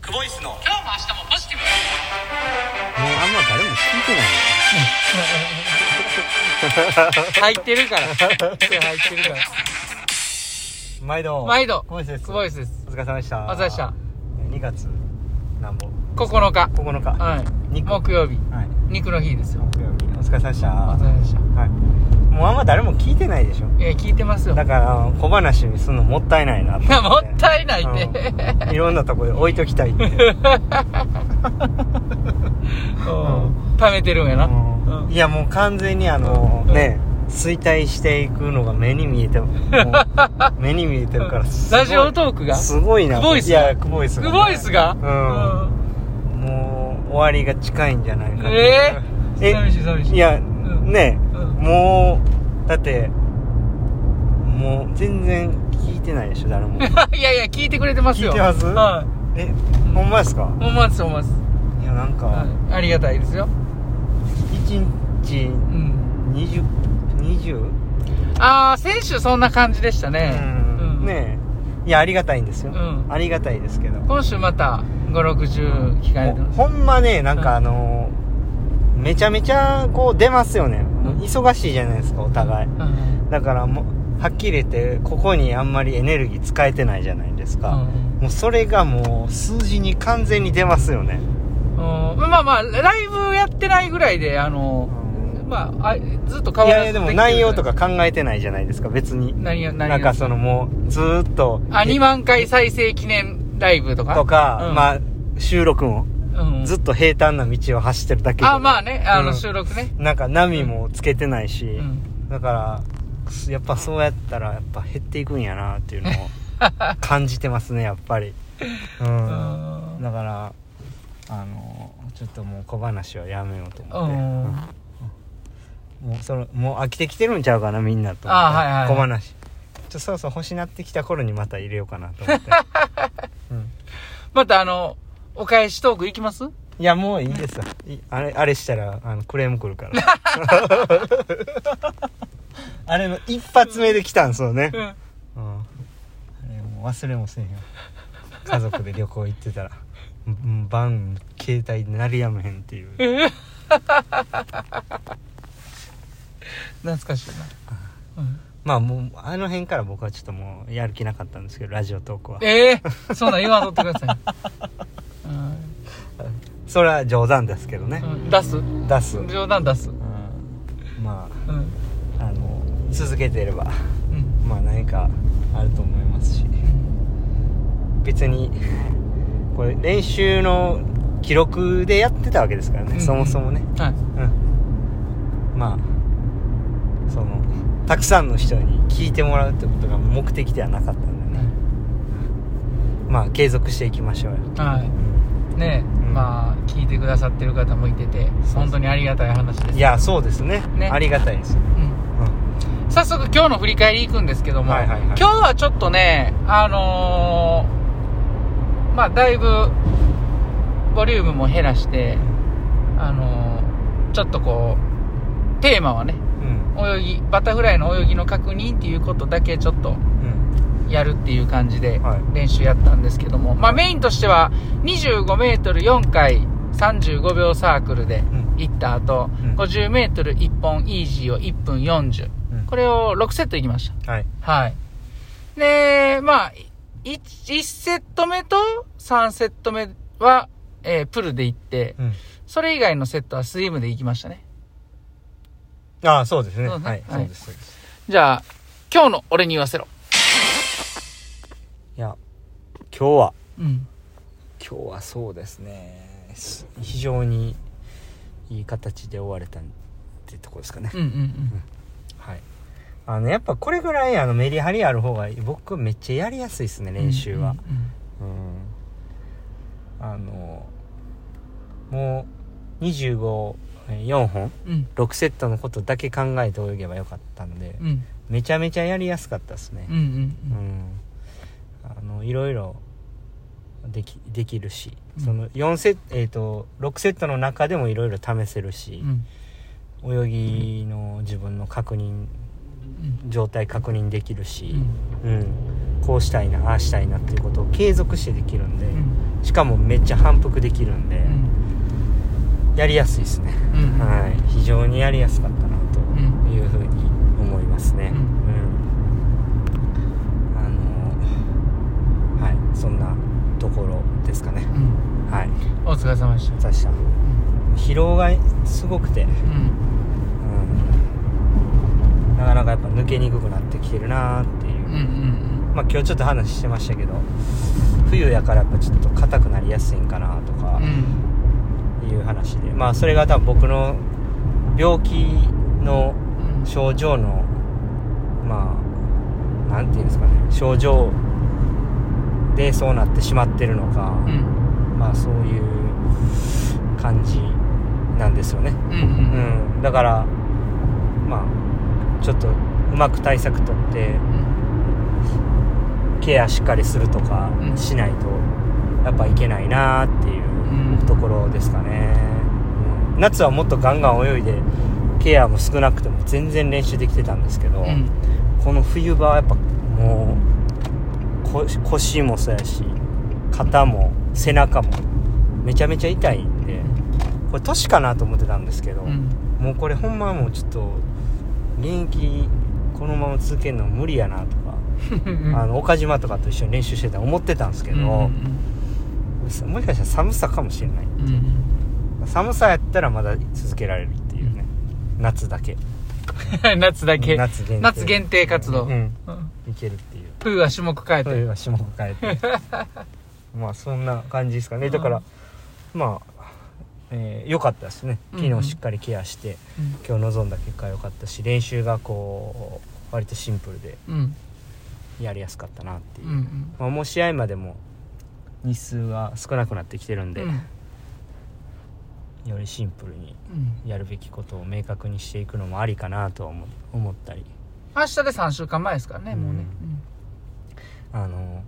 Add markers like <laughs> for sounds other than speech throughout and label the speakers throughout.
Speaker 1: クボイスの
Speaker 2: 今日も明日もポジティブ
Speaker 3: もうあんま誰も聞いてない
Speaker 4: 入ってるから。入ってるから。
Speaker 3: の毎度
Speaker 4: 毎度
Speaker 3: クボイスです
Speaker 4: クボイスです
Speaker 3: お疲れ様でした
Speaker 4: お疲れ様でした
Speaker 3: 2月何本
Speaker 4: 9日。
Speaker 3: 9日
Speaker 4: はい。
Speaker 3: 肉
Speaker 4: 木曜日。
Speaker 3: はい
Speaker 4: 肉の日ですよ。
Speaker 3: 木曜日お疲れ様でした
Speaker 4: お疲れ様でした。
Speaker 3: はいもうあんま誰も聞いてないでしょ
Speaker 4: え聞いてますよ。
Speaker 3: だ
Speaker 4: い
Speaker 3: から小話にするのもったいないなと
Speaker 4: や、
Speaker 3: 思
Speaker 4: も
Speaker 3: って
Speaker 4: ったいないって。
Speaker 3: うんいろんなとこで置いときたいっていう
Speaker 4: うん貯めてるんやな。
Speaker 3: うんいやもう完全にあの
Speaker 4: うん
Speaker 3: ね衰退していくのが目に見えて
Speaker 4: <laughs>
Speaker 3: もう目に見えてるからすごい
Speaker 4: ラジオトークが
Speaker 3: すごいな
Speaker 4: クボイス
Speaker 3: い
Speaker 4: が
Speaker 3: やクボイス
Speaker 4: す
Speaker 3: がね
Speaker 4: ごいっすが
Speaker 3: うん
Speaker 4: うん
Speaker 3: もう終わりが近いんじゃないかな
Speaker 4: えー
Speaker 3: え
Speaker 4: 寂しい寂しい
Speaker 3: いや、
Speaker 4: ん
Speaker 3: ね、
Speaker 4: うん
Speaker 3: もうだってもう全然聞いてないでしょ誰も
Speaker 4: いやいや、聞いてくれてますよ。
Speaker 3: 聞いてます
Speaker 4: は
Speaker 3: えほんまですか
Speaker 4: い。思わず思わず。
Speaker 3: いやなんか
Speaker 4: はいありがたいですよ。
Speaker 3: 1日
Speaker 4: うん。
Speaker 3: 2020、20
Speaker 4: ああ、選手そんな感じでしたね。うん
Speaker 3: ねえいやありがたいんですよ、
Speaker 4: うん
Speaker 3: ありがたいですけど
Speaker 4: 今週また5、60聞かれてます。
Speaker 3: ほんまねなん
Speaker 4: うん
Speaker 3: かあのーめちゃめちゃこう出ますよね、
Speaker 4: ん
Speaker 3: 忙しいじゃないですかお互い
Speaker 4: うん
Speaker 3: だからもうはっきり言ってここにあんまりエネルギー使えてないじゃないですか、もうそれがもう数字に完全に出ますよね、
Speaker 4: うんまあまあ、ライブやってないぐらいで、あの、まあ、あずっと変
Speaker 3: い
Speaker 4: わらず
Speaker 3: やいやでも
Speaker 4: きてるから
Speaker 3: 内容とか考えてないじゃないですか別に
Speaker 4: 何を何を
Speaker 3: なんかそのもうずーっと
Speaker 4: あ、2万回再生記念ライブとか
Speaker 3: とか、
Speaker 4: うん
Speaker 3: まあ収録も
Speaker 4: うん
Speaker 3: ずっと平坦な道を走ってるだけじゃない
Speaker 4: あ、まあね、あ
Speaker 3: う
Speaker 4: の、
Speaker 3: ん
Speaker 4: 収録ね。
Speaker 3: なんか波もつけてないし、
Speaker 4: うん。
Speaker 3: だからすやっぱそうやったらやっぱ減っていくんやなっていう
Speaker 4: <laughs>
Speaker 3: のを感じてますねやっぱりうんだからあのちょっともう小話はやめようと思
Speaker 4: う
Speaker 3: って、
Speaker 4: ん。うん
Speaker 3: うんもうそのもう飽きてきてるんちゃうかなみんなと思って
Speaker 4: あはいはい
Speaker 3: 小話ちょっとそろそろ欲しなってきた頃にまた入れようかなと
Speaker 4: <laughs>
Speaker 3: 思って、うん
Speaker 4: またあの、お返しトーク行きます
Speaker 3: いやもういいですよいあれあれしたらあのクレーム来るから
Speaker 4: <laughs>
Speaker 3: あれの一発目で来たんですよね、
Speaker 4: うん。
Speaker 3: うんあれもう忘れもせんよ家族で旅行行ってたらうん晩携帯鳴りやめへんっていう
Speaker 4: 懐かしいな。うん
Speaker 3: まあもうあの辺から僕はちょっともうやる気なかったんですけどラジオトークは
Speaker 4: ええそんなん言わんとってくだ
Speaker 3: <laughs>
Speaker 4: さい。うん
Speaker 3: それは冗談ですけどね
Speaker 4: う、ん出す
Speaker 3: 出す、
Speaker 4: 冗談出す。
Speaker 3: ま
Speaker 4: うん。
Speaker 3: ああの続けてれば
Speaker 4: うん。
Speaker 3: まあ何かあると思いますし別にこれ練習の記録でやってたわけですからね、
Speaker 4: うん
Speaker 3: そもそもね
Speaker 4: はい。
Speaker 3: うんまあそのたくさんの人に聞いてもらうってことが目的ではなかったんでねまあ継続していきましょうよ
Speaker 4: はい。ねえ、
Speaker 3: ん
Speaker 4: まあ、聞いてくださってる方もいてて、本当にありがたい話です。
Speaker 3: いやそうですね
Speaker 4: ね
Speaker 3: ありがたいです、
Speaker 4: うん
Speaker 3: う
Speaker 4: 早速今日の振り返り行くんですけども、
Speaker 3: はいはいはい
Speaker 4: 今日はちょっとね、あのーまあ、だいぶ、ボリュームも減らして、あのーちょっとこう、テーマはね、
Speaker 3: ん
Speaker 4: 泳ぎ、バタフライの泳ぎの確認っていうことだけちょっと
Speaker 3: うん
Speaker 4: やるっていう感じで
Speaker 3: はい
Speaker 4: 練習やったんですけども、まあメインとしては25メートル4回35秒サークルで
Speaker 3: うん
Speaker 4: 行った後、
Speaker 3: うん
Speaker 4: 50メートル1本イージーを1分40。
Speaker 3: うん
Speaker 4: これを6セットいきました。
Speaker 3: はい
Speaker 4: はい。で、まあ、1, セット目と3セット目は、えープルで行って、
Speaker 3: うん
Speaker 4: それ以外のセットはスイムで行きましたね。
Speaker 3: ああそうですね
Speaker 4: そうね
Speaker 3: はい
Speaker 4: はい
Speaker 3: そうですそうです
Speaker 4: じゃあ、今日の俺に言わせろ。
Speaker 3: いや今日は
Speaker 4: うん。
Speaker 3: 今日はそうですねす非常にいい形で終われたってとこですかね、
Speaker 4: うんうんうん。
Speaker 3: はいあのやっぱこれぐらいあのメリハリある方が僕めっちゃやりやすいですね練習は
Speaker 4: うんうん
Speaker 3: うんあのもう254本
Speaker 4: うん。
Speaker 3: 6セットのことだけ考えて泳げばよかったんで、
Speaker 4: うん。うん
Speaker 3: めちゃめちゃやりやすかったですね
Speaker 4: うんうん
Speaker 3: う。ん、あのいろいろできできるし、
Speaker 4: うん
Speaker 3: その4セット、えー、と6セットの中でもいろいろ試せるし
Speaker 4: う、ん
Speaker 3: 泳ぎの自分の確認状態確認できるし、うんこうしたいなああしたいなっていうことを継続してできるんで、
Speaker 4: うん
Speaker 3: しかもめっちゃ反復できるんで、
Speaker 4: うん
Speaker 3: やりやすいですね、
Speaker 4: うん
Speaker 3: はい非常にやりやすかったなと
Speaker 4: うん
Speaker 3: いうふうに思いますね
Speaker 4: うん
Speaker 3: うんあのはいそんなところですかね
Speaker 4: うん
Speaker 3: はい
Speaker 4: お疲れ様でした
Speaker 3: お疲れ様でした
Speaker 4: うん
Speaker 3: 疲労がすごくて、
Speaker 4: うん
Speaker 3: うん、なかなかやっぱ抜けにくくなってきてるなっていう、
Speaker 4: うんうん
Speaker 3: まあ今日ちょっと話してましたけど冬やからやっぱちょっと硬くなりやすいんかなとか
Speaker 4: うんうん
Speaker 3: いう話で、まあそれが多分僕の病気の
Speaker 4: うん
Speaker 3: 症状のまあなんていうんですかね症状でそうなってしまってるのか、
Speaker 4: うん
Speaker 3: まあそういう感じなんですよね、
Speaker 4: うんうん
Speaker 3: うん、だからまあちょっとうまく対策とってケアしっかりするとか
Speaker 4: うん
Speaker 3: しないとやっぱいけないなっていう
Speaker 4: うん
Speaker 3: ところですかね、うん夏はもっとガンガン泳いでケアも少なくても全然練習できてたんですけど、
Speaker 4: うん
Speaker 3: この冬場はやっぱもうこ腰もそうやし肩も背中もめちゃめちゃ痛いんでこれ年かなと思ってたんですけど、
Speaker 4: うん
Speaker 3: もうこれほんまもうちょっと現役このまま続けるの無理やなとか、あの岡島とかと一緒に練習してて思ってたんですけど、
Speaker 4: うんうん
Speaker 3: もしかしたら寒さかもしれない
Speaker 4: うんうん
Speaker 3: 寒さやったらまだ続けられるっていうね、夏だけ
Speaker 4: うん夏だけ
Speaker 3: 夏限定
Speaker 4: 夏限定活動
Speaker 3: うん
Speaker 4: うん
Speaker 3: いけるっていう
Speaker 4: 冬は種目変え
Speaker 3: そ
Speaker 4: て
Speaker 3: れは種目変
Speaker 4: <laughs>
Speaker 3: えてまあそんな感じですかねだから、まあ良、えー良かったですね
Speaker 4: うんうん
Speaker 3: 昨日しっかりケアして、
Speaker 4: う
Speaker 3: 今日臨んだ結果良かったし練習がこう割とシンプルで
Speaker 4: んうん
Speaker 3: やりやすかったなっていう、
Speaker 4: うん
Speaker 3: まあ、もう試合までも日数が少なくなってきてるん
Speaker 4: う
Speaker 3: で、
Speaker 4: ん
Speaker 3: よりシンプルに
Speaker 4: うん
Speaker 3: やるべきことを明確にしていくのもありかなとは思思ったり
Speaker 4: 明日で3週間前ですからねもうね
Speaker 3: あの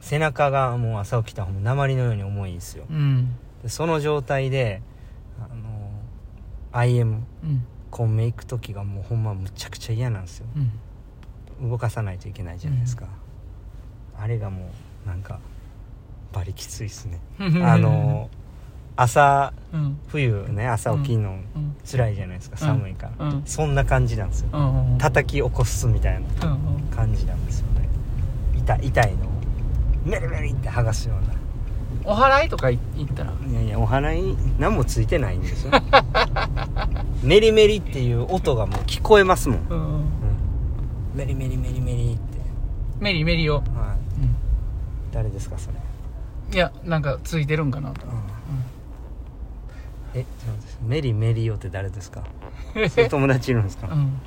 Speaker 3: 背中がもう朝起きたらほんま鉛のように重いんですよ
Speaker 4: うん
Speaker 3: でその状態であの IM
Speaker 4: うん
Speaker 3: コンメ行く時がもうほんまむちゃくちゃ嫌なんですよ
Speaker 4: うん
Speaker 3: 動かさないといけないじゃないですか、あれがもうなんかバリきついっすね
Speaker 4: うん
Speaker 3: あの朝
Speaker 4: うん
Speaker 3: 冬ね朝起きるの
Speaker 4: うん
Speaker 3: 辛いじゃないですか、寒いから、
Speaker 4: うん
Speaker 3: そんな感じなんですよ
Speaker 4: うんうん
Speaker 3: 叩き起こすみたいな
Speaker 4: うんうん
Speaker 3: 感じなんですよね痛い痛いのをメリメリって剥がすよう
Speaker 4: お祓いとか行ったら
Speaker 3: ないやいやお花に何もついてないんですよ <laughs> メリメリっていう音がもう聞こえますもん、うん
Speaker 4: うんうん
Speaker 3: メリメリメリメリって、
Speaker 4: メリメリを
Speaker 3: は
Speaker 4: う
Speaker 3: い、誰ですかそれ、
Speaker 4: んいやなんかついてるんかなと
Speaker 3: うんえちょっと待ってメリメリよって誰です <laughs> かそういう友達いるんです
Speaker 4: う
Speaker 3: か
Speaker 4: ん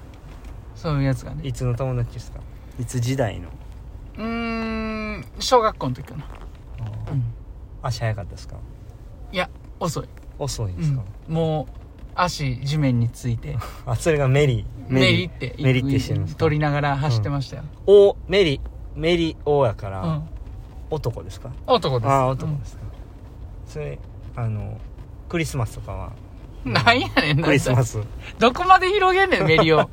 Speaker 4: そういうやつがね
Speaker 3: いつの友達ですかいつ時代の
Speaker 4: うーん小学校の時かなうん
Speaker 3: 足早かったですか
Speaker 4: いや遅い
Speaker 3: 遅いん
Speaker 4: う
Speaker 3: ですか
Speaker 4: ん、もう足地面について
Speaker 3: あそれが <laughs> メリ
Speaker 4: メリって
Speaker 3: メリってしてるんですか
Speaker 4: 取りながら走ってましたよ、
Speaker 3: おメリメリ王やから、
Speaker 4: うん、
Speaker 3: 男ですか
Speaker 4: 男です
Speaker 3: ああ男ですか、それあのクリスマスとか
Speaker 4: <laughs>
Speaker 3: は
Speaker 4: うんなんやねん
Speaker 3: クリスマ
Speaker 4: ス
Speaker 3: ス
Speaker 4: どこまで広げんねんメ
Speaker 3: <laughs>
Speaker 4: リを、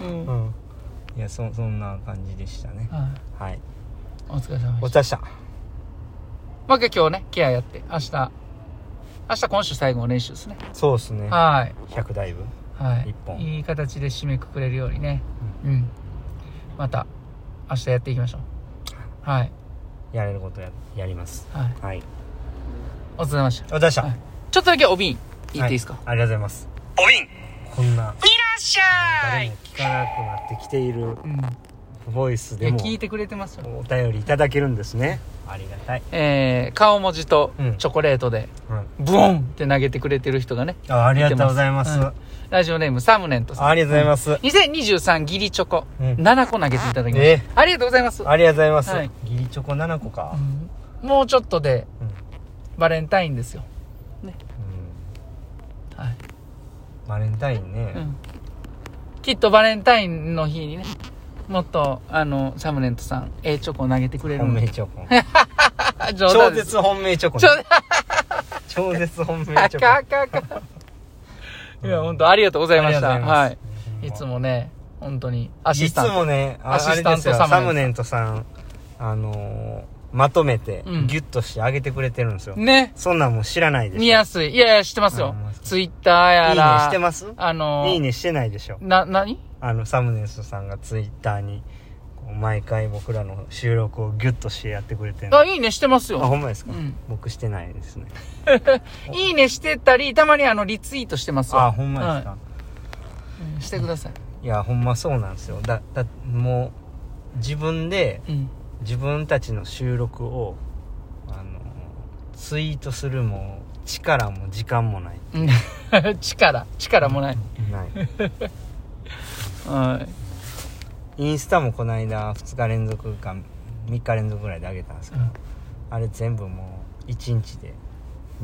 Speaker 4: うん
Speaker 3: う
Speaker 4: はい
Speaker 3: んいやそそんな感じでしたねはい
Speaker 4: お疲れ様
Speaker 3: お
Speaker 4: でし
Speaker 3: 疲
Speaker 4: た
Speaker 3: れした
Speaker 4: まあ今日ねケアやって明日明日今週最後の練習ですね
Speaker 3: そうですね
Speaker 4: はい
Speaker 3: 100ダイブ
Speaker 4: はい
Speaker 3: 一本
Speaker 4: いい形で締めくくれるようにねうんまた明日やっていきましょうはい
Speaker 3: やれることややります
Speaker 4: はい
Speaker 3: はい
Speaker 4: お疲れ様でした
Speaker 3: お疲れした、
Speaker 4: はいちょっとだけお瓶言っていいですか、
Speaker 3: はありがとうございます
Speaker 4: お瓶い
Speaker 3: こんな
Speaker 4: らっしゃ
Speaker 3: 誰
Speaker 4: い
Speaker 3: も聞かなくなってきている
Speaker 4: うん、
Speaker 3: ボイス
Speaker 4: い
Speaker 3: で
Speaker 4: や
Speaker 3: も
Speaker 4: 聞いてくれてますよ
Speaker 3: お便りいただけるんですねありがたい、
Speaker 4: えー、顔文字と
Speaker 3: うん
Speaker 4: チョコレートで
Speaker 3: うん、
Speaker 4: ブオンって投げてくれてる人がね
Speaker 3: あありがとうございます、
Speaker 4: はラジオネームサムネントさん
Speaker 3: ありがとうございます、
Speaker 4: 2023ギリチョコ、
Speaker 3: うん
Speaker 4: 7個投げていただきました、
Speaker 3: え
Speaker 4: ありがとうございます、
Speaker 3: ありがとうございます、
Speaker 4: はい
Speaker 3: ギリチョコ7個か、
Speaker 4: うんもうちょっとで
Speaker 3: うんうん
Speaker 4: バレンタインですよはい、
Speaker 3: バレンタインね、
Speaker 4: うん、きっとバレンタインの日にねもっとあのサムネントさんええチョコ投げてくれる
Speaker 3: 本
Speaker 4: ん
Speaker 3: 命
Speaker 4: で
Speaker 3: チョコ
Speaker 4: <laughs> 冗
Speaker 3: 超
Speaker 4: 談です
Speaker 3: 絶本命チョコ、ね
Speaker 4: 超、絶
Speaker 3: 超絶本命チ
Speaker 4: あ
Speaker 3: ョコ
Speaker 4: かあかあかいや本当ありがとうございました
Speaker 3: ありがとうござ
Speaker 4: はいい
Speaker 3: ます
Speaker 4: いつもね本当にアシスタン
Speaker 3: いつ
Speaker 4: ト
Speaker 3: もねあ
Speaker 4: アシスタント
Speaker 3: あれですよ
Speaker 4: サ
Speaker 3: サ
Speaker 4: ム
Speaker 3: ム
Speaker 4: ネ
Speaker 3: ネントさんあのーまとめて
Speaker 4: うん
Speaker 3: ギュッとして上げてくれてるんですよ、
Speaker 4: ね。
Speaker 3: そんなんもう知らないでしょ
Speaker 4: 見やすい。いやいや、知ってますよ
Speaker 3: あマジ。か
Speaker 4: ツイッター
Speaker 3: い
Speaker 4: や
Speaker 3: いね
Speaker 4: ら。
Speaker 3: してます
Speaker 4: あのー、
Speaker 3: いいねしてないでしょ
Speaker 4: な、なに
Speaker 3: あのサムネスさんがツイッターにこう毎回僕らの収録をギュッとしてやってくれてるの
Speaker 4: あ、いいねしてます
Speaker 3: あほ
Speaker 4: よ。
Speaker 3: んまですか、
Speaker 4: うん
Speaker 3: 僕してないですね
Speaker 4: いいねしてたり、たまにあの、リツイートしてますよ。
Speaker 3: あほんまですか、
Speaker 4: うんしてください。
Speaker 3: い、やほんまそうなんですよだだもう自分で
Speaker 4: うん。
Speaker 3: 自分たちの収録をあのツイートするも力も時間もない
Speaker 4: うん <laughs> 力、力もない。
Speaker 3: <laughs> ない
Speaker 4: はい。
Speaker 3: インスタもこの間2日連続か3日連続ぐらいで上げたんですけど、
Speaker 4: うん
Speaker 3: あれ全部もう1日で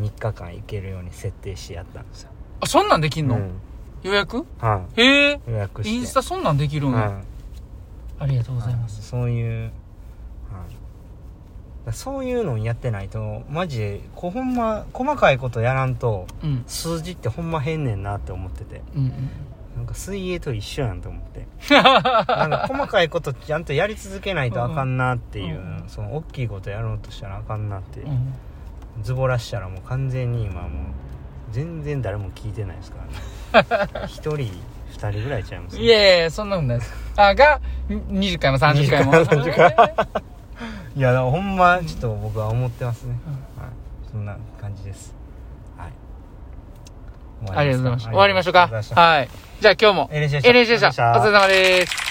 Speaker 3: 3日間いけるように設定してやったんですよ、
Speaker 4: あ、そんなんで
Speaker 3: う
Speaker 4: き
Speaker 3: ん
Speaker 4: の、予約
Speaker 3: は
Speaker 4: へえ。
Speaker 3: い、予約して
Speaker 4: インスタそんなんできるんや。
Speaker 3: はい
Speaker 4: ありがとうございま
Speaker 3: は
Speaker 4: す。
Speaker 3: いそういう、はい、だそういうのやってないとマジでこうほんま細かいことやらんと
Speaker 4: うん。
Speaker 3: 数字ってほんま変ねんなって思ってて
Speaker 4: うんうん。
Speaker 3: なんか水泳と一緒やんと思って <laughs> なんか細かいことちゃんとやり続けないとあかんなっていう、
Speaker 4: うんうん
Speaker 3: その大きいことやろうとしたらあかんなって、
Speaker 4: うん
Speaker 3: ズボラしたらもう完全に今もう全然誰も聞いてないです <laughs> からね一人二人ぐらいちゃいますね
Speaker 4: いやいや、そんなことないです。あ、が、ん20回も30回も。
Speaker 3: 20回も30いやだからほんまちょっと僕は思ってますね、はい、そんな感じですはい
Speaker 4: ありがとうございました。終わりましょうか。
Speaker 3: ありがとうございました
Speaker 4: はい。じゃあ今日も。
Speaker 3: NHK でした
Speaker 4: NHK でした。お疲れ様です。